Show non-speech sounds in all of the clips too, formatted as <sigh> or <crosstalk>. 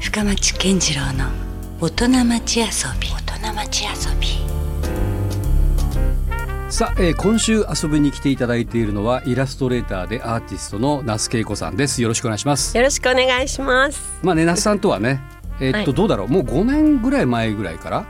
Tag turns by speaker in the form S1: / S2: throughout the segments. S1: 深町健次郎の大人町遊び大人町遊び
S2: さあ、えー今週遊びに来ていただいているのはイラストレーターでアーティストの那須恵子さんですよろしくお願いします
S3: よろしくお願いします。
S2: まあね那須さんとはねえーっと、
S3: はい
S2: どうだろうもう5年ぐらい前ぐらいから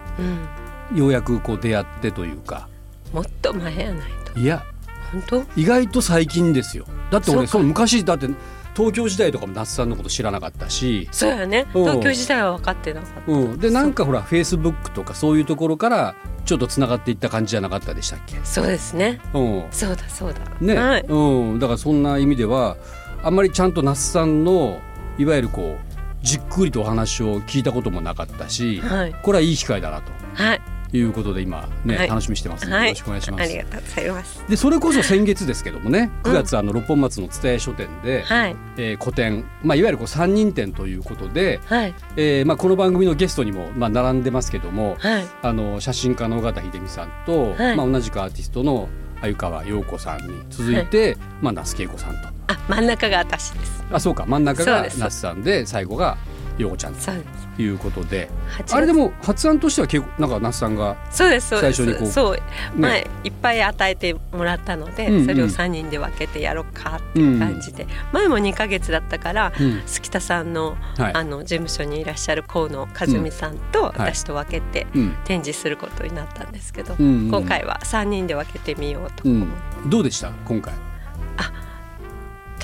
S3: うん、
S2: ようやくこう出会ってというか
S3: もっと前やないと。
S2: いや
S3: 本当？
S2: 意外と最近ですよだって
S3: そう
S2: 俺
S3: か
S2: そう昔だって東京時代とかも那須さんのこと知らなかったし
S3: そうやね。
S2: うん
S3: 東京時代は分かってなかった。
S2: うん、でなんかほらフェイスブックとかそういうところからちょっとつながっていった感じじゃなかったでしたっけ、
S3: そうですね。
S2: うん
S3: そうだそうだ。
S2: ね
S3: はい。
S2: うん、だからそんな意味ではあんまりちゃんと那須さんのいわゆるこうじっくりとお話を聞いたこともなかったし、
S3: はい
S2: これはいい機会だな
S3: はい。
S2: ということで今ね、
S3: はい
S2: 楽しみにしてますので、
S3: はい
S2: よろしくお願いしま
S3: あ
S2: す
S3: り。がとうございます。
S2: でそれこそ先月ですけどもね
S3: う
S2: 9
S3: ん
S2: 月あの六本松の蔦屋書店で、
S3: はい
S2: えー個展、まあ、いわゆるこう3人展ということで、
S3: はい
S2: えーまあ、この番組のゲストにも、まあ、並んでますけども、
S3: はい
S2: あの写真家の尾形秀美さんと、
S3: はい
S2: まあ、同じくアーティストの鮎川陽子さんに続いて、まあ、那須恵子さんと
S3: あ真ん中が私です。
S2: あそうか真ん中
S3: そう
S2: が那
S3: です
S2: 須さんで最後が陽子ちゃん
S3: そうです。
S2: ということで
S3: 八月
S2: あれでも発案としては結構なんか那須さんが、
S3: そうですそうです。
S2: 最初にこう
S3: そう、まあ
S2: ね
S3: いっぱい与えてもらったので、
S2: うんうん
S3: それを三人で分けてやろうかって
S2: うん
S3: 感じで、前も二ヶ月だったから。
S2: うん
S3: 月田さんの,、
S2: はい
S3: あの事務所にいらっしゃる河野和美さんと
S2: い
S3: 私と分けて
S2: うん
S3: 展示することになったんですけど、
S2: うんうん
S3: 今回は3人で分けてみようと、
S2: うん、どうでした今回、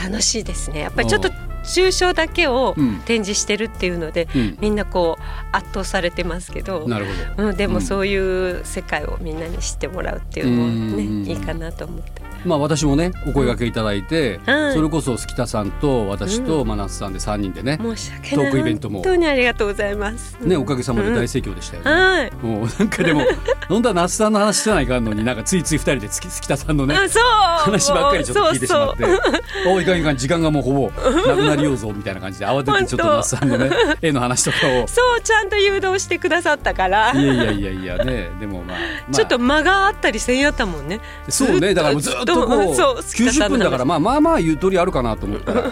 S3: 楽しいですねやっぱりちょっと抽象だけを
S2: うん
S3: 展示してるっていうので、
S2: うん
S3: みんなこう圧倒されてますけど、
S2: なるほど
S3: うん、で
S2: う
S3: も
S2: ん
S3: そういう世界をみんなに知ってもらうっていうのはね、
S2: うんうんうん
S3: いいかなと思って。
S2: まあ、私もねお声掛けいただいて、
S3: はい
S2: それこそ月田さんと私と、まあ那須さんで3人でね,、
S3: 申し訳な
S2: トー
S3: い
S2: クイベントも
S3: 本当にありがとうございます。
S2: ねおかげさまで大
S3: 好
S2: 盛況でしたよ
S3: き、
S2: ね。
S3: はい
S2: もうなんか
S3: <laughs>
S2: でも飲んだら那須さんの話してないかんのになんかついつい2人で月月田さんのね
S3: あそう
S2: 話ばっかりちょっと聞いてしまって
S3: そうそう
S2: 「おいかんいかん時間がもう
S3: <laughs>
S2: ほぼなくなりようぞ」みたいな感じで慌ててちょっと那須さんのね絵の話とか
S3: <laughs>
S2: を
S3: そうちゃんと誘導してくださったから、
S2: いやいやいやいやねでもまあ、まあ
S3: ちょっと間があったりせんやったもんね
S2: そうねだからもうずっとこう
S3: <laughs> そう
S2: 90分だからまあまあまあゆとりあるかなと思
S3: <laughs>
S2: ったら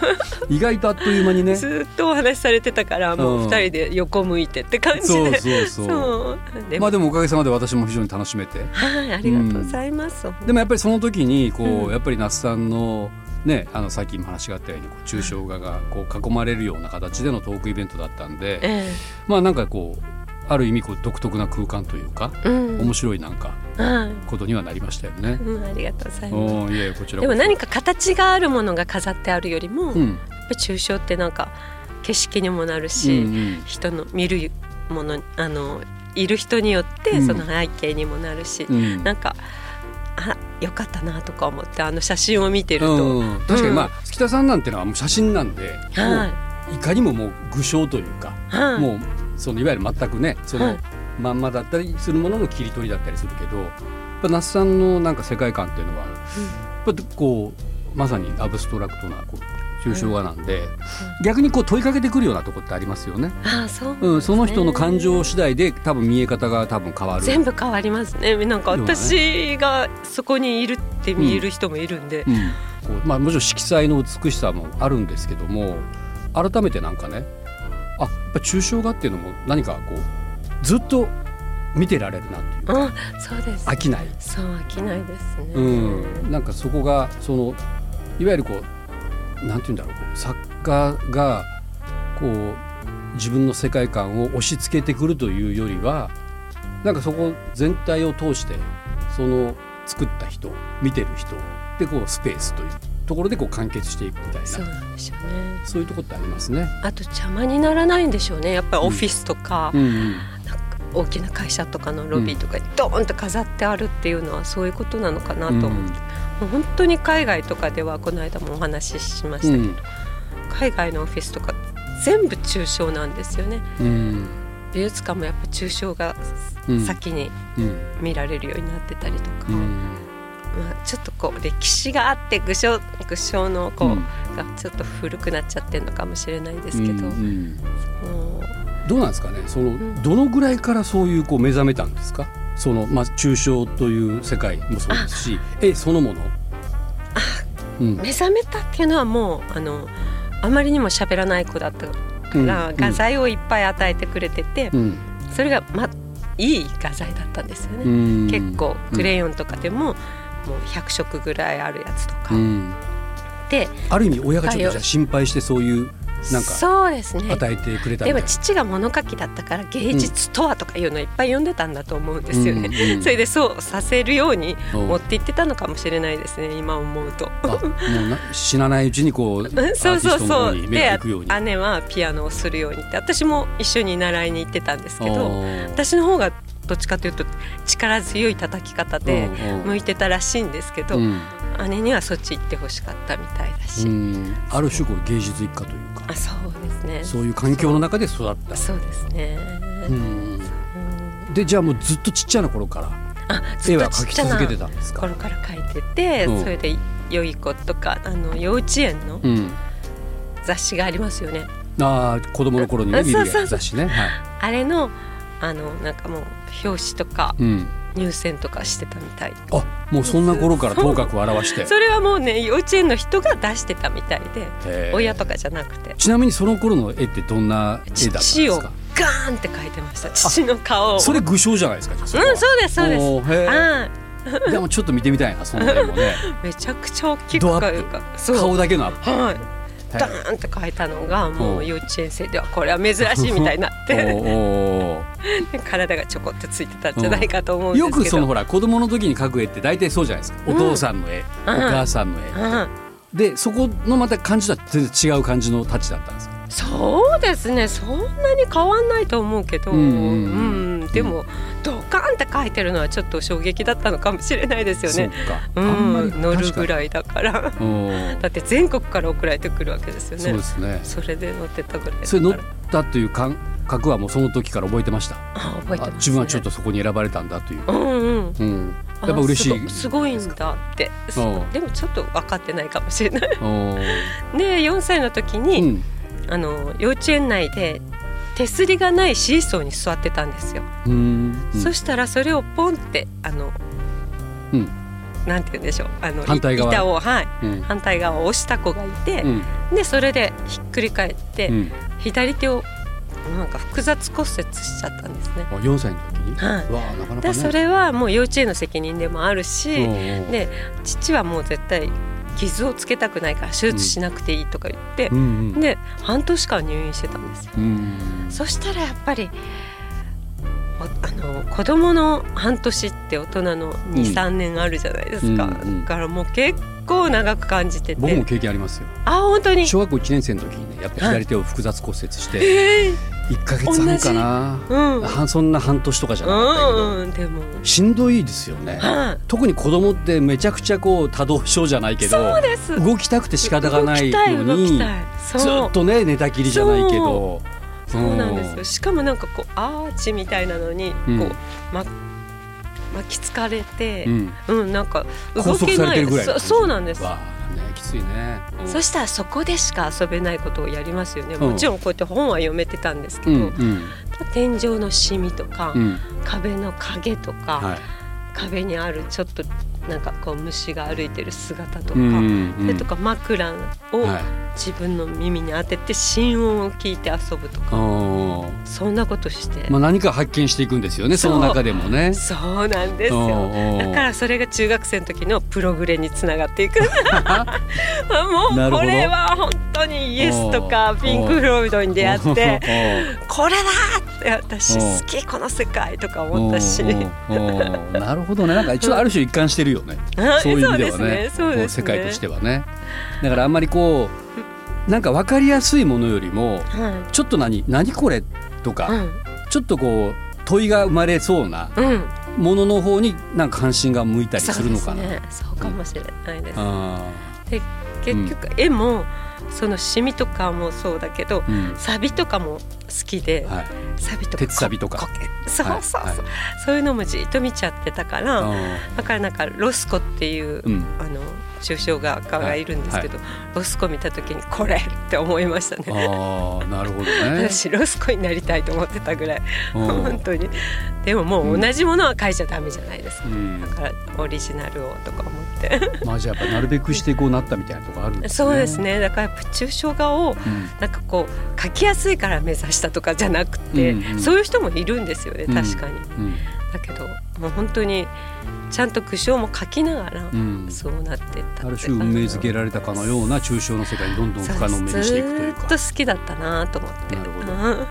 S2: 意外とあっという間にね
S3: ずーっとお話しされてたからも
S2: うん
S3: う二人で横向いてって感じで
S2: そうそうそう
S3: そうでも,、
S2: まあでもおかげさまで私も非常に楽しめて
S3: はいありがとうございます、
S2: でもやっぱりその時にこう、
S3: うん
S2: やっぱり那須さんのねあのさっきも話があったようにこう抽象画がこう囲まれるような形でのトークイベントだったんで、
S3: え
S2: まあなんかこうある意味こう独特な空間というか、
S3: えうん
S2: 面白いなんか
S3: はい
S2: ことにはなりましたよね。
S3: うんありがとうございます
S2: おーいやいやこちらこそ
S3: でも何か形があるものが飾ってあるよりも、
S2: う
S3: やっ
S2: ん
S3: ぱ抽象ってなんか景色にもなる
S2: う
S3: し、
S2: ん
S3: 人の見るものあのいる人によって
S2: うん
S3: その背景にもなるし、
S2: うんうん
S3: なんかあよかったなとか思ってあの写真を見てると、
S2: うん確かにまあ月田さんなんてのはもう写真なんで、
S3: は
S2: もういかにももう具象というか、
S3: い、はい、
S2: もうそのいわゆる全くねその、
S3: はい
S2: まんまだったりするものの切り取りだったりするけどやっぱ那須さんのなんか世界観っていうのは、やっぱこうまさにアブストラクトなこう抽象画なんで、逆にこう問いかけてくるようなとこってありますよね。
S3: ああそう、
S2: うん、その人の感情次第で多分見え方が多分変わる。
S3: 全部変わりますねなんか
S2: 要はね
S3: 私がそこにいるって見える人もいるんで、
S2: うんこうまあ、もちろん色彩の美しさもあるんですけども改めてなんかねあやっぱ抽象画っていうのも何かこうずっと見てられるなっていうか
S3: あそうです
S2: 飽きない、
S3: そう飽きないですね、
S2: うん、なんかそこがそのいわゆるこうなんて言うんだろうこう作家がこう自分の世界観を押し付けてくるというよりはなんかそこ全体を通してその作った人見てる人でこうスペースというところでこう完結していくみたいな
S3: そうなんでしょうね
S2: そういうとこってありますね。
S3: あと邪魔にならないんでしょうねやっぱりオフィスとか,、
S2: うんうん
S3: なんか大きな会社とかのロビーとかにドーンと飾ってあるっていうのはそういうことなのかなと思って、
S2: うん
S3: もう本当に海外とかではこの間もお話ししましたけど、
S2: うん
S3: 海外のオフィスとか全部抽象なんですよね
S2: うん
S3: 美術館もやっぱ抽象が
S2: うん
S3: 先に
S2: うん
S3: 見られるようになってたりとか、
S2: うん
S3: まあ、ちょっとこう歴史があって具象具象のこう、
S2: うん
S3: がちょっと古くなっちゃってるのかもしれないですけ
S2: う
S3: ど、
S2: んうん
S3: もう
S2: どうなんですかねその、
S3: ん
S2: どのぐらいからそういうこう目覚めたんですかそのまあ抽象という世界もそうですし絵そのものうん
S3: 目覚めたっていうのはもうあのあまりにも喋らない子だったから、
S2: うん
S3: 画材をいっぱい与えてくれてて、
S2: うん
S3: それが、ま、いい画材だったんですよね、
S2: うん
S3: 結構クレヨンとかでも、もう100色ぐらいあるやつとか、
S2: うん
S3: で
S2: ある意味親がちょっとじゃあ心配してそういうなんか
S3: そうですね
S2: 与えてくれたみた
S3: でも
S2: いな
S3: 父が物書きだったから芸術とはとかいうのいっぱい読んでたんだと思うんですよね、
S2: うんうん
S3: <laughs> それでそうさせるように
S2: うん
S3: 持って行ってたのかもしれないですね今思うと。
S2: あもうな死なないうちにこうアーティ
S3: <laughs> そうそう
S2: ストの
S3: そ
S2: 方に
S3: う
S2: 目が行
S3: で
S2: くように。
S3: 姉はピアノをするようにって私も一緒に習いに行ってたんですけど
S2: おー
S3: 私の方がどっちかというと力強い叩き方で
S2: うんうん
S3: 向いてたらしいんですけど、
S2: うん
S3: 姉にはそっち行ってほしかったみたいだし、
S2: うんある種こう芸術一家という
S3: あ
S2: か
S3: そうですね
S2: そういう環境の中で育った。
S3: そうですね、
S2: うん
S3: うん
S2: でじゃあもうずっとちっちゃな頃から
S3: あず
S2: 絵
S3: っ
S2: は
S3: と
S2: 描
S3: ちっ
S2: き
S3: ちゃ
S2: 続
S3: な
S2: けてたんですか。
S3: 頃から描いてて、
S2: うん
S3: それで良い子とかあの幼稚園の
S2: うん、
S3: 雑誌がありますよね、
S2: ああ子供の頃にね
S3: あ
S2: 見るや
S3: そうそう
S2: つ雑誌ね。はい。
S3: あれのあのなんかもう表紙とか
S2: うん。
S3: 入選とかしてたみたい
S2: あもうそんな頃から頭角を現して。
S3: それはもうね幼稚園の人が出してたみたいで、
S2: へー
S3: 親とかじゃなくて
S2: ちなみにその頃の絵ってどんな絵だったんです
S3: 父を
S2: か。
S3: ガーンって描いてました父の顔を
S2: それ具象じゃないですか。うん
S3: うんそうですそうです
S2: で
S3: あ
S2: す。でもちょっと見てみたいなその絵も
S3: <laughs>
S2: ね。
S3: ーめちゃくちゃ大きく
S2: ドア
S3: 描
S2: ッ
S3: か
S2: プ顔
S3: そう
S2: だけのアップ。
S3: はい
S2: へー
S3: ダーンって描いたのが
S2: お
S3: も
S2: う
S3: う幼稚園生ではこれは珍しいみたいになって
S2: おーおー
S3: 体がちょこっとついてたんじゃないかと思
S2: おー
S3: うんで
S2: よ
S3: すけど
S2: くそのほら子供の時に描く絵って大体そうじゃないですか。お父さんの絵、お母さんの絵。
S3: うん
S2: でそこのまた感じとは全然違う感じのタッチだったんですか。
S3: そうですねそんなに変わんないと思うけど、
S2: う
S3: うんん
S2: うん
S3: でもドカンって書いてるのはちょっと衝撃だったのかもしれないですよ
S2: そう
S3: ね。
S2: か。
S3: う
S2: あんまり
S3: ん、乗るぐ
S2: い。
S3: らいだから
S2: おー
S3: だって全国から送られてくるわけですよ
S2: そう
S3: ね
S2: ですね。
S3: それで乗ってたぐらいだから
S2: それ乗ったという感覚はもうその時から覚えてました。
S3: あ覚えてます、
S2: あ
S3: ね、
S2: 自分はちょっとそこに選ばれたんだという。
S3: うんうん
S2: うん。
S3: あ
S2: やっぱ嬉しい
S3: すご。すごいんだってそうでもちょっと分かってないかもしれない
S2: おー
S3: で4歳の時
S2: う
S3: に、
S2: ん。
S3: あの幼稚園内で手すりがないシーソーに座ってたんですよ
S2: うん。
S3: そしたらそれをポンってあの、
S2: うん
S3: なんて言うんでしょうあの
S2: 反対側
S3: 板を、はい、
S2: うん。
S3: 反対側を押した子がいて
S2: う、ん。
S3: でそれでひっくり返って、
S2: うん。
S3: 左手をなんか複雑骨折しちゃったんですね。
S2: あ4歳の時に。
S3: は
S2: わあなかなかね。
S3: でそれはもう幼稚園の責任でもあるし、
S2: で。
S3: で父はもう絶対傷をつけたくないから手術しなくていいとか言って
S2: う、んうん。
S3: で半年間入院してたんですよ
S2: うん。
S3: そしたらやっぱりおあの子供の半年って大人
S2: う
S3: の
S2: ん
S3: 23、3年あるじゃないですか、
S2: うんうん
S3: だからもう結構長く感じて
S2: 僕も
S3: て
S2: 経験ありますよ。
S3: あ本当に
S2: 小学校1年生の時にねやっぱ左手を複雑骨折して
S3: ええ
S2: 1ヶ月半かな。
S3: うん
S2: はそんな半年とかじゃなかったけど、
S3: うんうんでも
S2: しんどいですよね。
S3: は
S2: 特に子供ってめちゃくちゃこう多動症じゃない
S3: い
S2: けど
S3: そうです
S2: 動きたくて仕方がない
S3: 動きたい
S2: のに
S3: 動き
S2: ず
S3: たいそう
S2: っとね寝たきりじゃないけど
S3: そうなんです
S2: う
S3: よしかもなんかこうアーチみたいなのにこう、
S2: うん
S3: ま巻きつかれて
S2: う、ん
S3: うんなんか
S2: 拘
S3: 動
S2: 束
S3: け
S2: され
S3: な
S2: てる
S3: い
S2: ぐらい
S3: そそうなんです
S2: わあねきついね
S3: そしたらそこでしか遊べないことをやりますよね、
S2: うん
S3: もちろんこうやって本は読めてたんですけ
S2: う
S3: ど、
S2: んうん
S3: 天井のシミとか、
S2: うん
S3: 壁の影とか、
S2: はい
S3: 壁にあるちょっとなんかこう虫が歩いてる姿とか、
S2: うん
S3: そ
S2: うん
S3: れとか枕を
S2: はい
S3: 自分の耳に当てて心音を聞いて遊ぶとか、
S2: おー
S3: そんなことして、
S2: まあ何か発見していくんですよねそ
S3: そう
S2: の中でもね
S3: そうなんです
S2: お
S3: よ。
S2: ーおー
S3: だからそれが中学生の時のプログレにつながって
S2: <laughs>
S3: いく <laughs> も
S2: なるほ
S3: う
S2: ど
S3: これは本当にイエスとか
S2: おー
S3: ピンク・フロイドに出会って
S2: おー
S3: これだって私
S2: うん
S3: 好きこの世界とか思ったし
S2: お
S3: <laughs>
S2: ーおーおーなるほどねなんかちょっとある種一貫してるよね
S3: はい
S2: そういう意味ではね
S3: そうですねそうですね
S2: こ世界としてはねだからあんまりこうなんか分かりやすいものよりも
S3: うん
S2: ちょっと何何これとか、
S3: うん
S2: ちょっとこう問いが生まれそうな
S3: うん
S2: ものの方になんか関心が向いたりするのかな。
S3: そうですねそうかもしれないです、
S2: あ
S3: で結局絵もそのシミとかもそうだけど
S2: ーうん
S3: サビとかも好きで、
S2: はい
S3: サビとか
S2: 鉄サビとか
S3: ここそうそうそう、
S2: はいはい
S3: そういうのもじっと見ちゃってたから、
S2: あ
S3: だからなんかロスコっていう、
S2: ーうん
S3: あの抽象画家がいるんですけど、ロスコ見た時にこれって思いましたね。
S2: ああなるほどね、
S3: 私ロスコになりたいと思ってたぐらい、
S2: うん
S3: 本当にでももう同じものは書いちゃダメじゃないですか、
S2: うん
S3: だからオリジナルをとか
S2: <laughs>
S3: 思って
S2: まあじゃあやっぱなるべくしてこうなったみたいなとこあるんですね
S3: そうです、ねだからやっぱ抽象画を
S2: うん
S3: なんかこう書きやすいから目指したとかじゃなくて、
S2: うんうん
S3: そういう人もいるんですよね
S2: うん
S3: 確かに、
S2: うん
S3: だけどもう本当にちゃんと苦笑も書きながら、
S2: うん
S3: そうなってった
S2: ある種運命づけ
S3: る
S2: られたかのような抽象の世界にどんどん深のめにしていくという
S3: ずーっ
S2: か
S3: と好きだったなと思って
S2: なるほど
S3: うん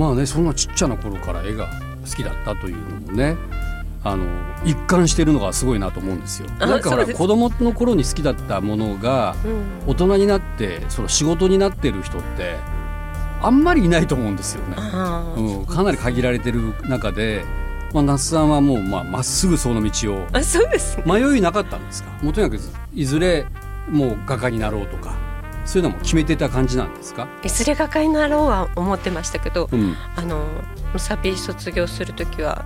S2: まあねそんなちっちゃな頃から絵が好きだったというのもねあの一貫してるのがすごいなと思うんですよ。
S3: あ
S2: なんかほ
S3: そう
S2: ら
S3: です
S2: 子供の頃に好きだったものが
S3: うん
S2: 大人になってその仕事になってる人ってあんまりいないと思うんですよね。
S3: あー
S2: うん、かなり限られてる中で、まあ、那須さんはもうまあまっすぐその道を
S3: あそうですね
S2: 迷いなかったんですかもうとにかくいずれもう画家になろうとかそういうのも決めてた感じなんですか、
S3: いずれ画家になろうは思ってましたけど、
S2: うん、
S3: あのムサピ卒業する時は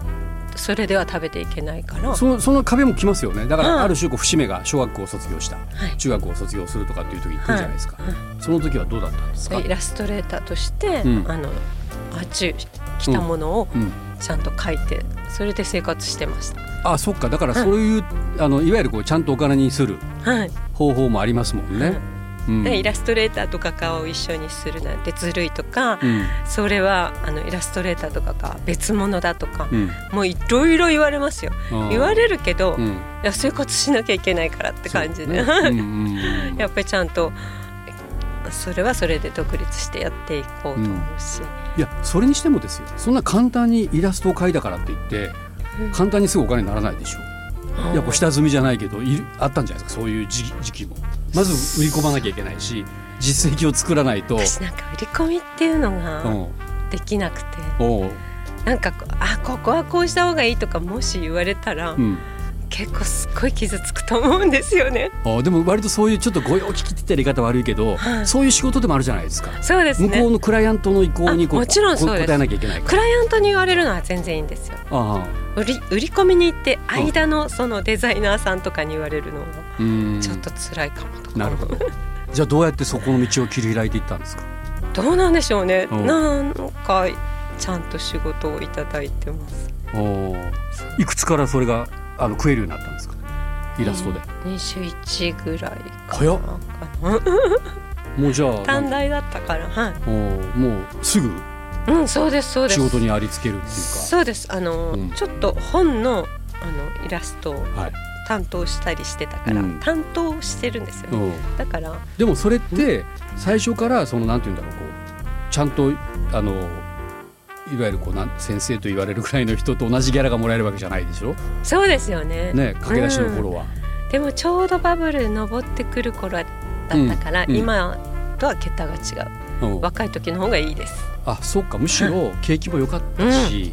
S3: それでは食べていけないから
S2: そのその壁も来ますよねだか
S3: うん
S2: らある種こう節目が小学校を卒業した、
S3: い
S2: 中学を卒業するとかっていう時に来るじゃないですか、
S3: はい
S2: その時はどうだったんですか、
S3: イラストレーターとして、
S2: うん
S3: あのあっち来たものを
S2: うん、
S3: ちゃんと描いて、それで生活してました。
S2: あそっかだからそういう、あのいわゆるこうちゃんとお金にする
S3: はい、
S2: 方法もありますもんね。うん
S3: でイラストレーターと画家を一緒にするなんてずるいとか、
S2: うん
S3: それはあのイラストレーターとかが別物だとか、
S2: うん
S3: もういろいろ言われますよ。
S2: うん
S3: 言われるけど、
S2: う
S3: い
S2: ん
S3: や生活しなきゃいけないからって感じで。
S2: そうねうんうんうん
S3: <laughs> やっぱりちゃんとそれはそれで独立してやっていこうと思うし、
S2: いやそれにしてもですよそんな簡単にイラストを描いたからって言って簡単にすぐお金にならないでしょう、いやこう下積みじゃないけどいるあったんじゃないですかそういう時時期もまず売り込まなきゃいけないし実績を作らないと、
S3: 私なんか売り込みっていうの
S2: う
S3: が
S2: ん、
S3: できなくて、
S2: おう、
S3: なんかこうあここはこうした方がいいとかもし言われたら、
S2: うん、
S3: 結構すっごい傷つくと思うんですよね。
S2: あでも割とそういうちょっとご用聞きって言ったら言い方悪いけど、
S3: はい
S2: そういう仕事でもあるじゃないですか
S3: そうです
S2: 向こう
S3: ね
S2: のクライアントの意向にこう
S3: あもちろんそうです
S2: こ答えなきゃいけないか
S3: ク
S2: ら
S3: ライアントに言われるのは全然いいんですよ
S2: あ
S3: 売り売り込みに行って間のそのデザイナーさんとかに言われるのも
S2: あうん
S3: ちょっと辛いかもとか
S2: なるほどじゃあどうやってそこの道を切り開いていったんですか
S3: どうなんでしょうね、
S2: うん
S3: なんかちゃんと仕事をいただいてます
S2: おーいくつからそれがあの食えるようになったんですかイラストで、
S3: 21ぐらいか
S2: 早っ
S3: な
S2: もうじゃあ
S3: 短大だったからは
S2: おーもうすぐ
S3: いうんそうですそうです
S2: 仕事にありつけるっていう
S3: そうですあの、
S2: うん
S3: ちょっと本のあのイラストを
S2: か、はい
S3: 担当したりしてたから、
S2: うん
S3: 担当してるんですよ、
S2: うん、
S3: だから
S2: でもそれって最初からそのなんて言うんだろうこうちゃんとあのいわゆるこうなん先生と言われるぐらいの人と同じギャラがもらえるわけじゃないでしょ
S3: そうですよね
S2: ね駆け出しの頃は、
S3: でもちょうどバブル登ってくる頃だったから、
S2: うんうん
S3: 今とは桁が違
S2: う
S3: う
S2: ん
S3: 若い時の方がいいです
S2: あそっかむしろ景気も良かったし、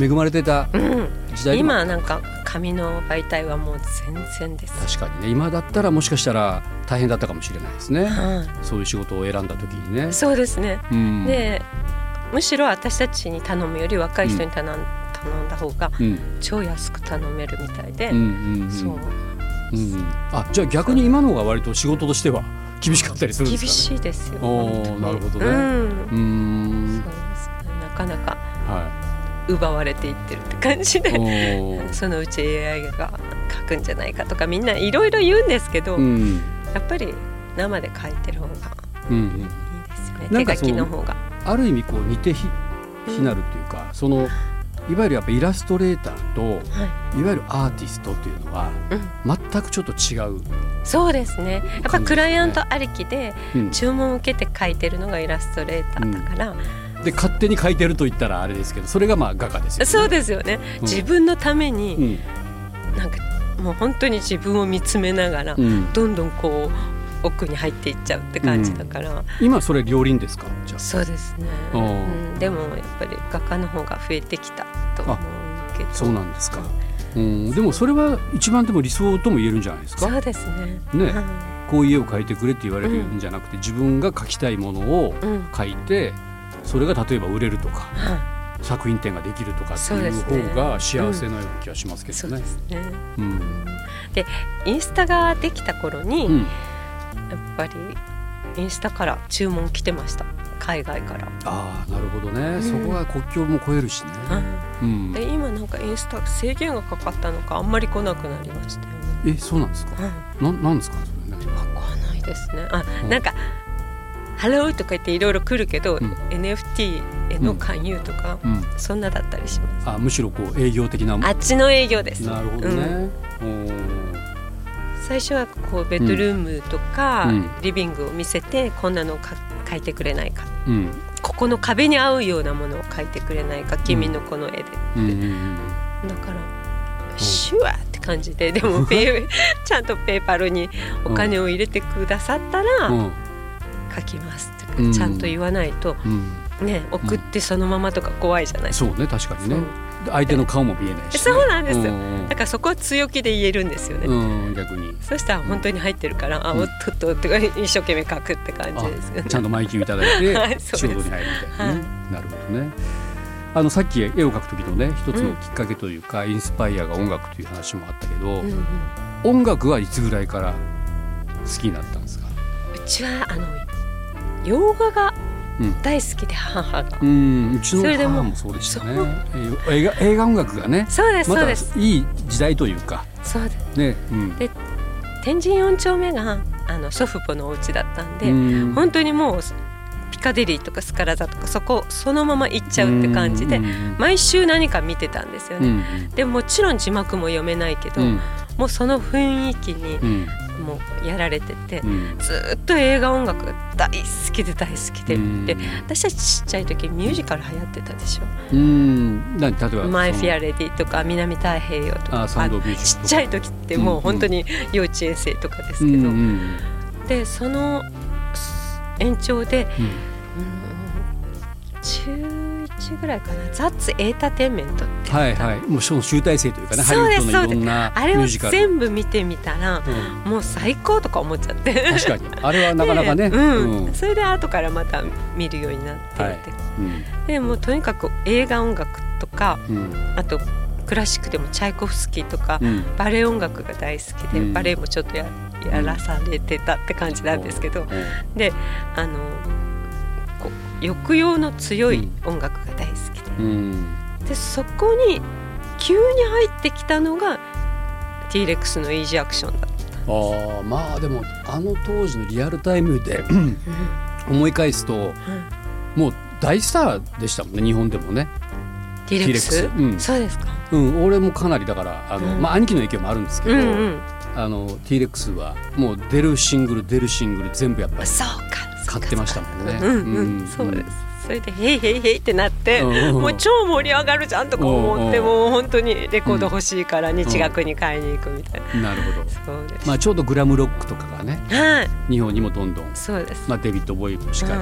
S2: 恵まれてた
S3: うん
S2: 時代でも
S3: 今なんか紙の媒体はもう全然です、
S2: 確かにね今だったらもしかしたら大変だったかもしれないですね、
S3: は
S2: そういう仕事を選んだ時にね
S3: い、。そうですね
S2: うん
S3: でむしろ私たちに頼むより若い人に頼ん,、頼んだ方が
S2: うん
S3: 超安く頼めるみたいで、
S2: うんうんうん
S3: そう
S2: うんうんあじゃあ逆に今の方が割と仕事としては厳しかったりするんで
S3: 厳
S2: すかね。
S3: しいですよ
S2: おー
S3: 本当に
S2: なるほどね
S3: うん
S2: うーん
S3: そうですねなかなか
S2: は
S3: 奪われていってるって感じ
S2: い。お
S3: で
S2: ー
S3: <laughs> そのうち AI が書くんじゃないかとかみんないろいろ言うんですけど、
S2: うん
S3: やっぱり生で書いてる方がいい
S2: うんうん
S3: ですよね
S2: なんか
S3: 手書きの
S2: そ
S3: 方が。
S2: ある意味こう似て非非なるっていうかそのいわゆるやっぱイラストレーターと
S3: はい
S2: わゆるアーティストっていうのは
S3: うん
S2: 全くちょっと違う。
S3: そうですねやっぱクライアントありきで
S2: うん
S3: 注文を受けて書いてるのがイラストレーターだから、
S2: で勝手に描いてると言ったらあれですけどそれがまあ画家ですよね。
S3: そうですよね、
S2: ん
S3: 自分のため
S2: う
S3: に、
S2: ん
S3: なんかもう本当に自分を見つめながら、
S2: うん
S3: どんどんこう奥に入っていっちゃうって感じだから、
S2: 今それ両輪ですかじゃあ
S3: そうですね、
S2: お
S3: う
S2: ー
S3: ん、でもやっぱり画家の方が増えてきたと思うけど
S2: そうなんですか。うん、でもそれは一番でも理想とも言えるんじゃないです
S3: そ
S2: か
S3: うですね
S2: ね
S3: は
S2: こういう絵を描いてくれって言われるんじゃなくて、自分が描きたいものを
S3: いうん
S2: 描いてそれが例えば売れるとか
S3: は
S2: 作品展ができるとかって
S3: そう
S2: い
S3: ですね
S2: う方が幸せなような気がしますけ
S3: そ
S2: ど
S3: うで
S2: ね。
S3: すね
S2: うん
S3: インスタができた頃に、
S2: うん
S3: やっぱりインスタから注文来てました海外から、
S2: ああなるほどね、
S3: ん
S2: そこは国境も越えるしね。うん
S3: で今なんかインスタ制限がかかったのかあんまり来なくなりましたよね、
S2: えそうなんですか。
S3: うん
S2: ななんですかそれね。
S3: わかんないですね。あ、
S2: うん
S3: なんか。ハローとか言っていろいろ来るけど、
S2: ん
S3: NFT への勧誘とか、
S2: うん。
S3: そんなだったりします。
S2: あむしろこう営業的な。
S3: あっちの営業です、
S2: なるほど
S3: うん
S2: ね。おー
S3: 最初はこうベッドルームとか、
S2: うん
S3: リビングを見せてこんなのをか描いてくれないか
S2: うん
S3: ここの壁に合うようなものを描いてくれないか君のこの絵で、
S2: うんうんうん
S3: だからシュワーって感
S2: <laughs>
S3: じででもペーちゃんとペーパルにお金を入れてくださったら
S2: うん
S3: 描きますとか、
S2: うん
S3: ちゃんと言わないと
S2: うん。
S3: ね、送ってそのままとか怖いじゃない、
S2: そうね確かにね
S3: そう。
S2: で相手の顔も見えないし、ね。
S3: そうなんですよ
S2: ん
S3: だからそこは強気で言えるんですよね、
S2: うん逆に。
S3: そしたら本当に入ってるから、あ
S2: うん
S3: おっとっとって一生懸命書くって感じですよ
S2: あ
S3: ね
S2: ちゃんと前金をいただいて、
S3: <laughs> はいそうです
S2: 仕事に入るみたいなね、なるほどねあのさっき絵を描く時のね一つのきっかけというか、インスパイアが音楽という話もあったけど、
S3: うんうん
S2: 音楽はいつぐらいから好きになったんですか
S3: うちはあの洋画が
S2: うん
S3: 大好きで母が、
S2: うんうちの
S3: それでも
S2: 母もそうでしたね
S3: そう
S2: え映画映画音楽がね
S3: そうです
S2: ま
S3: そう
S2: たい
S3: です、
S2: い時代というか
S3: そうです
S2: ね、うん
S3: で天神四丁目があの祖父母のお家だったんで、
S2: うん
S3: 本当にもうピカデリーとかスカラ座とかそこそのまま行っちゃうって感じで
S2: うんうん
S3: 毎週何か見てたんですよ
S2: う
S3: ね、
S2: ん
S3: でももちろん字幕も読めないけど、
S2: うん
S3: もうその雰囲気に
S2: うん
S3: もうやられてて、
S2: うん
S3: ずーっと映画音楽が大好きで大好きで、
S2: うん
S3: で私たちちっちゃい時ミュージカル流行ってたでしょ
S2: うん何例えば
S3: 「マイ・フィア・
S2: ル
S3: レディ」とか「南太平洋」とか
S2: あサウンドオブミュージッ
S3: ち
S2: ク
S3: っ
S2: と
S3: ち
S2: か
S3: ゃい時ってもう本当に幼稚園生とかですけ
S2: うん
S3: ど、
S2: うんうん
S3: でその延長で、
S2: うん
S3: うん中1ぐらいかな「ザッツ・エータテインメント」って、
S2: はいはい、もうその集大成というかね、ハリウ
S3: そうで
S2: ッ
S3: す
S2: ドのい
S3: そうで
S2: ろん
S3: す
S2: な
S3: あ
S2: ミ
S3: れ
S2: ュー
S3: を
S2: ジカル。
S3: 全部見てみたら
S2: うん
S3: もう最高とか思っちゃって。
S2: 確かに、あれはなかなかね。
S3: で
S2: うん
S3: うんそれで後からまた見るようになって、
S2: はいうん
S3: でもうとにかく映画音楽とか
S2: うん
S3: あとクラシックでもチャイコフスキーとか、
S2: うん
S3: バレエ音楽が大好きで、
S2: うん
S3: バレエもちょっとややらされてたって感じなんですけど、であのこう抑揚の強い音楽が大好き
S2: う
S3: で,、
S2: ん
S3: でそこに急に入ってきたのが T-REX のイージーアクションだっ
S2: ああ、まあでもあの当時のリアルタイムで思い返すと、もう大スターでしたもんね、日本でもね。
S3: た T-REX、
S2: T-Rex うん
S3: そうですか、
S2: うん、俺もかなりだからあの、
S3: うん
S2: まあ兄貴の影響もあるんですけ
S3: う
S2: ど、
S3: んうん、
S2: あの T-Rex はもう出るシングル出るシングル全部やっぱり
S3: そうか
S2: 買ってましたもんね。
S3: うんうん、そうです。それで「へいへいへい」ってなって、
S2: うん
S3: もう超盛り上がるじゃんとか思って、
S2: うん
S3: もう本当にレコード欲しいから日額に買いに行くみたいな、
S2: なるほど。
S3: そうです、
S2: まあちょうどグラムロックとかがね、
S3: はい
S2: 日本にもどんどん
S3: そうです、
S2: まあ、デビッド・ボーイもしか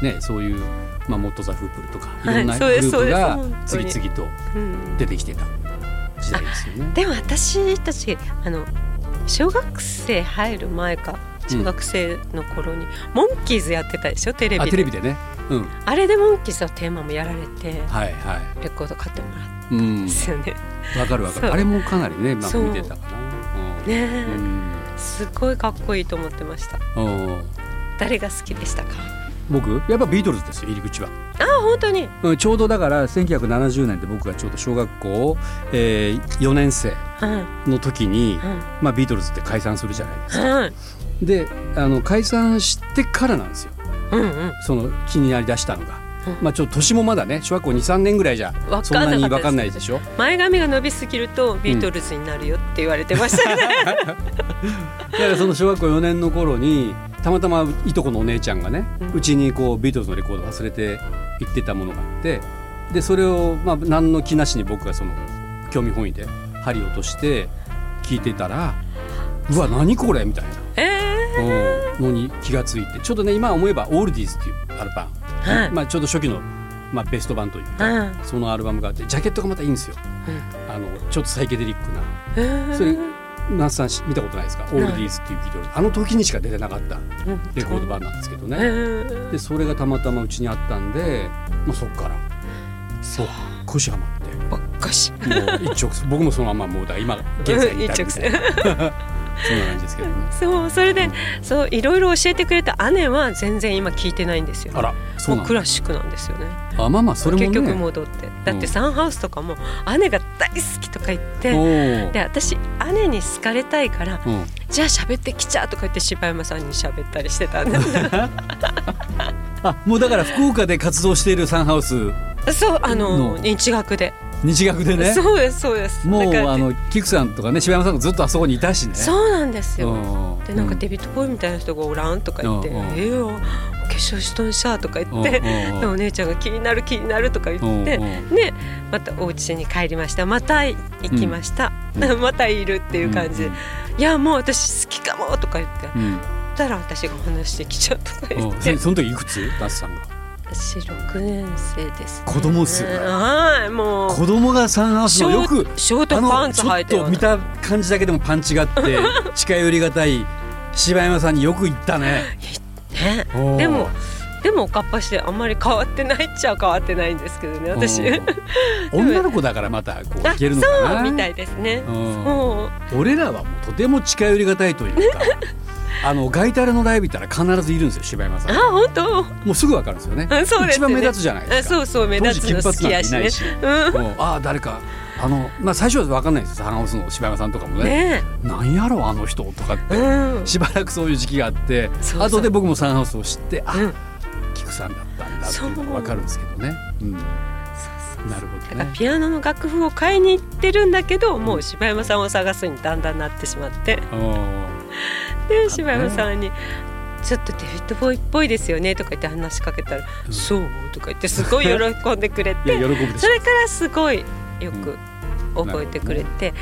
S2: り、ね、そういう、まあ、モット・ザ・フープルとかい
S3: い
S2: ろんなグ
S3: そう
S2: ル
S3: です
S2: ープが
S3: そ
S2: 次
S3: うです
S2: 々と
S3: うんうん、
S2: 出てきてた時代ですよね。
S3: でも私たちあの小学生入る前か中学生の頃に、モンキーズやってたでしょテレビ
S2: あ
S3: で
S2: テレビでね、うん、
S3: あれでモンキーズのテーマもやられて
S2: はいは
S3: レコード買ってもらった
S2: い、うん
S3: んで、すよね。
S2: わかるわか
S3: そう
S2: る、あれもかなりね、まあ、
S3: そう
S2: 見てたかな。うん
S3: ね
S2: う
S3: え、
S2: ん
S3: すごいかっこいいと思ってました。
S2: うん
S3: 誰が好きでしたか
S2: 僕やっぱビートルズですよ入り口は、
S3: あ本当に
S2: うん、ちょうどだから1970年で僕がちょうど小学校、えー、4年生
S3: うんうん
S2: の時に、
S3: は
S2: まあ、ビートルズって解散するじゃないですか
S3: い
S2: であの解散してからなんですよ
S3: うんうん
S2: その気になりだしたのが
S3: うん、
S2: まあ、ちょっと年もまだね小学校23年ぐらいじゃ
S3: かんなかったです
S2: そんなに分かんないでしょ
S3: 前髪が伸びすぎるとビートルズになるよって言われてましたよね、
S2: だからその小学校4年の頃にたまたまいとこのお姉ちゃんがね
S3: うん
S2: うちにこうビートルズのレコード忘れて行ってたものがあってでそれをまあ何の気なしに僕がその興味本位で針を落として聞いてたら「うわ何これ」みたいな。
S3: え
S2: うんのに気がついてちょっとね今思えば「オールディーズ」っていうアルバム、
S3: はい
S2: まあ、ちょうど初期の、まあ、ベスト版というか、
S3: うん
S2: そのアルバムがあってジャケットがまたいいんですよ、あのちょっとサイケデリックな
S3: えー
S2: それ那須さんし見たことないですか「オールディーズ」っていうビートルズあの時にしか出てなかったレコード版なんですけど
S3: え
S2: ね、
S3: ー
S2: でそれがたまたまうちにあったんで、まあ、そっからそうこしハマって
S3: ばっかし
S2: もう一直線僕もそのままもうだ今現在に至るみたいな <laughs> そんな感じですけど
S3: <laughs>
S2: ね
S3: そうそれでそういろいろ教えてくれた姉は全然今聞いてないんですよ、
S2: あらそう
S3: も
S2: な
S3: うんク
S2: だ
S3: ラシックなんですよね
S2: あまあまあそれもね
S3: 結局戻ってだってサンハウスとかも姉が大好きとか言って、
S2: おお
S3: で私姉に好かれたいから
S2: うん
S3: じゃあ喋ってきちゃうとか言って柴山さんに喋ったりしてたんだ
S2: あもうだから福岡で活動しているサンハウス
S3: そうあの
S2: の
S3: 日学で、
S2: 日学でね
S3: そうですそうです
S2: も
S3: だ
S2: う
S3: から
S2: あのキクさんとかね柴山さんがずっとあそこにいたしね
S3: そうなんですよ、
S2: うん
S3: でなんかデビッド・ボーイみたいな人がおらんとか言って「
S2: うんうん
S3: ええよお化粧しとんしゃ」とか言って、
S2: うんうん
S3: でお姉ちゃんが「気になる気になる」とか言って、
S2: うん
S3: でまたお家に帰りましたまた行きました、 <laughs> またいるっていう感じで、
S2: うん
S3: いやもう私好きかも」とか言って
S2: う、ん
S3: たら私が話してきちゃうと
S2: う
S3: か言
S2: ん
S3: っ
S2: そ
S3: て、
S2: その時いくつダスさんが
S3: 私6年生です、ね、
S2: 子供っすよね
S3: はいもう
S2: 子供がサンハウスのよく
S3: ショートショートパンツ
S2: あの
S3: 履いて
S2: ちょっと見
S3: る
S2: た感じだけでもパンチがあって
S3: <laughs>
S2: 近寄りがたい柴山さんによく言ったね
S3: ね
S2: おー
S3: でもでもおかっぱしてあんまり変わってないっちゃ変わってないんですけどね私
S2: うん女の子だからまたこういけるのかな
S3: あそうみたいですね
S2: うん
S3: そう
S2: 俺らはもうとても近寄りがたいと
S3: <laughs>
S2: いうかあのガイタレのライブ行ったら必ずいるんですよ柴山さん
S3: あ本当
S2: もうすぐわかるんですよね
S3: あそうです
S2: 一
S3: ね
S2: 番目立つじゃないですか
S3: あそうそう目立つの好きやしね
S2: 当時金髪
S3: う
S2: なんていないしもうああ誰かあのまあ最初はわかんないですよサンハウスの柴山さんとかもね
S3: ね
S2: なんやろうあの人とかって
S3: えうん
S2: しばらくそういう時期があって
S3: そうそ
S2: 後
S3: う
S2: で僕もサンハウスを知ってあ、
S3: うん
S2: 菊さんだったんだっていうのが分かるんですけどね。うん、なるほ
S3: だ
S2: ど
S3: から
S2: ね。
S3: ピアノの楽譜を買いに行ってるんだけどもう柴山さんを探すにだんだんなってしまって
S2: うん
S3: で柴山さんに「ちょっとデビッド・ボーイっぽいですよね」とか言って話しかけたら「そう」とか言ってすごい喜んで
S2: <laughs>
S3: くれ
S2: いや
S3: て
S2: 喜ぶでし
S3: そ
S2: ょ
S3: れからすごいよく覚えてくれて、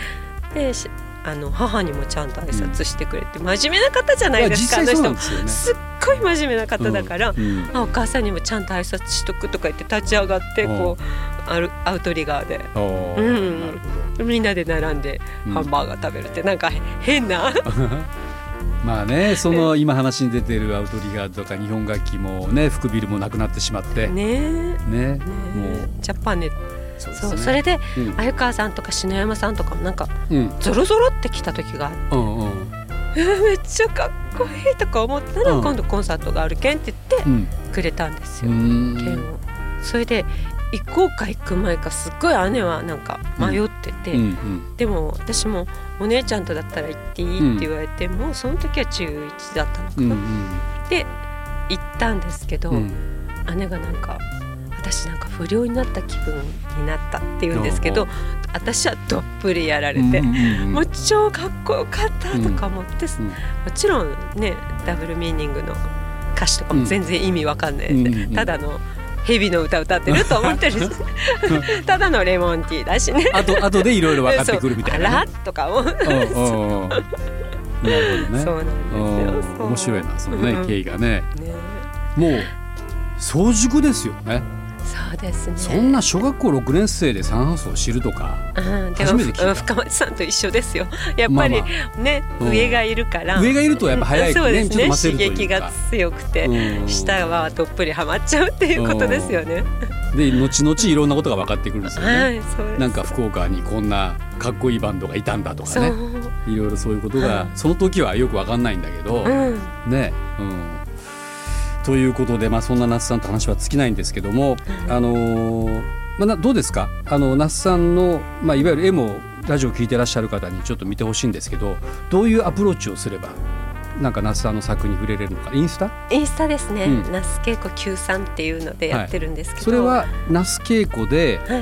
S3: でしあの母にもちゃんと挨拶してくれて、真面目な方じゃない
S2: や
S3: ですかあ
S2: 実際
S3: の
S2: そう
S3: 人
S2: なん
S3: も
S2: ですよね。
S3: すっごい真面目な方だから、
S2: うんうん
S3: あお母さんにもちゃんと挨拶しとくとか言って立ち上がって
S2: うん
S3: こう、あるアウトリガーで。
S2: おー
S3: うん
S2: なるほど。
S3: みんなで並んで
S2: うん
S3: ハンバーガー食べるって、なんか変な
S2: まあねその今話に出てるアウトリガーとか日本楽器もね福ビルもなくなってしまってね
S3: ねえ
S2: もう
S3: ジャパンね
S2: そうですね。
S3: そうそれで
S2: うん
S3: 鮎川さんとか篠山さんとかもなんか
S2: うん
S3: ゾロゾロって来た時があって
S2: うんうん
S3: えーめっちゃかっこいいとか思ったら、
S2: うん
S3: 今度コンサートがあるけんって言っ
S2: うん
S3: てくれたんです
S2: う
S3: よ、
S2: ん
S3: 券をそれで行こうか行く前かすっごい姉はなんか迷ってて、
S2: うんうん
S3: でも私もお姉ちゃんとだったら行っていいって言われて、もうその時は中1だったのか
S2: うん
S3: な、
S2: うん
S3: で行ったんですけど、
S2: うん
S3: 姉がなんか私なんか不良になった気分になったって言うんですけど、
S2: うん
S3: 私はどっぷりやられ
S2: うん
S3: て、
S2: うん
S3: もう超かっこよかったとか思って、
S2: うん
S3: もちろんねダブルミーニングの歌詞とかも全然意味わかんないで、
S2: うんうんうんうん
S3: ただの蛇の歌歌ってると思ってるし <laughs> ただのレモンティーだしね
S2: あと後でいろいろ分かってくるみたいなね、
S3: そうあらとかも、
S2: うんうんうんなるほどね。
S3: そうなんですよ
S2: うん面白いなそのね、
S3: うん
S2: 経緯がね。
S3: ね
S2: もう早熟ですよね。
S3: そうですね
S2: そんな小学校六年生でサンハウスを知るとか、
S3: うん、で
S2: 初
S3: も
S2: めて聞いた
S3: うん深町さんと一緒ですよやっぱり
S2: ま
S3: ね、
S2: うん
S3: 上がいるから
S2: 上がいるとやっぱ早い
S3: うんそう
S2: ね
S3: で
S2: ちょっと
S3: す
S2: 待
S3: ね
S2: てると
S3: 刺
S2: い
S3: 激
S2: うか
S3: が強くて、
S2: うん
S3: 下はどっぷりはまっちゃうっていうことですよね、
S2: で後々いろんなことが分かってくるんですよ
S3: は
S2: ね。
S3: いそうです
S2: なんか福岡にこんなかっこいいバンドがいたんだとか
S3: そう、
S2: ね、いろいろそういうことが
S3: は
S2: その時はよく分かんないんだけど、
S3: うん
S2: ね、うん。ということで、まあ、そんな那須さんと話は尽きないんですけども、あのーまあ、などうですかあの那須さんの、まあ、いわゆる絵もラジオを聞いてらっしゃる方にちょっと見てほしいんですけどどういうアプローチをすればなんか那須さんの作品に触れれるのかインスタ
S3: インスタですね、
S2: うん
S3: 那須恵子93っていうのでやってるんですけど、
S2: それは那須恵子で、
S3: はい
S2: え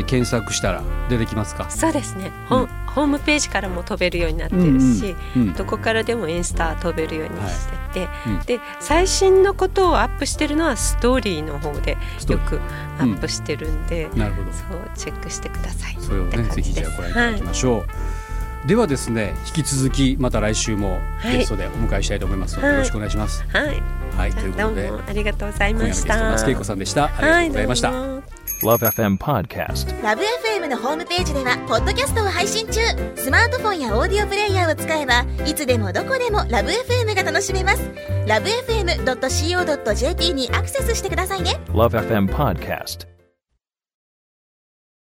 S2: ー検索したら出てきますか
S3: そうですね、
S2: うん
S3: ホーホームページからも飛べるようになって
S2: うんう
S3: る
S2: ん
S3: し、
S2: うん
S3: どこからでもインスタ飛べるようにしてて、
S2: いうん
S3: で最新のことをアップしてるのはストーリーの方で
S2: ストー
S3: よ
S2: リー
S3: くアップしてるんで、
S2: なるほど
S3: そうチェックしてください
S2: それを
S3: って
S2: ね
S3: 感
S2: ぜひじ
S3: で
S2: ゃ
S3: す
S2: あご覧いただきましょう、ではですね引き続きまた来週も
S3: はい
S2: ゲストでお迎えしたいと思いますので、
S3: はい
S2: よろしくお願いします
S3: はい、はい
S2: はい、と
S3: じ
S2: いうこ
S3: ゃあ
S2: とで
S3: ど
S2: 今
S3: うもありがとうござい
S2: 夜の
S3: ま
S2: ゲ
S3: し
S2: スト
S3: た
S2: 那須恵子さんでしたありがとうございました、
S3: はどうも
S4: Love FM Podcast.
S5: ラブ f m のホームページではポッドキャストを配信中スマートフォンやオーディオプレイヤーを使えばいつでもどこでもラブ f m が楽しめますラブ FM.co.jp にアクセスしてくださいね
S4: Love FM Podcast.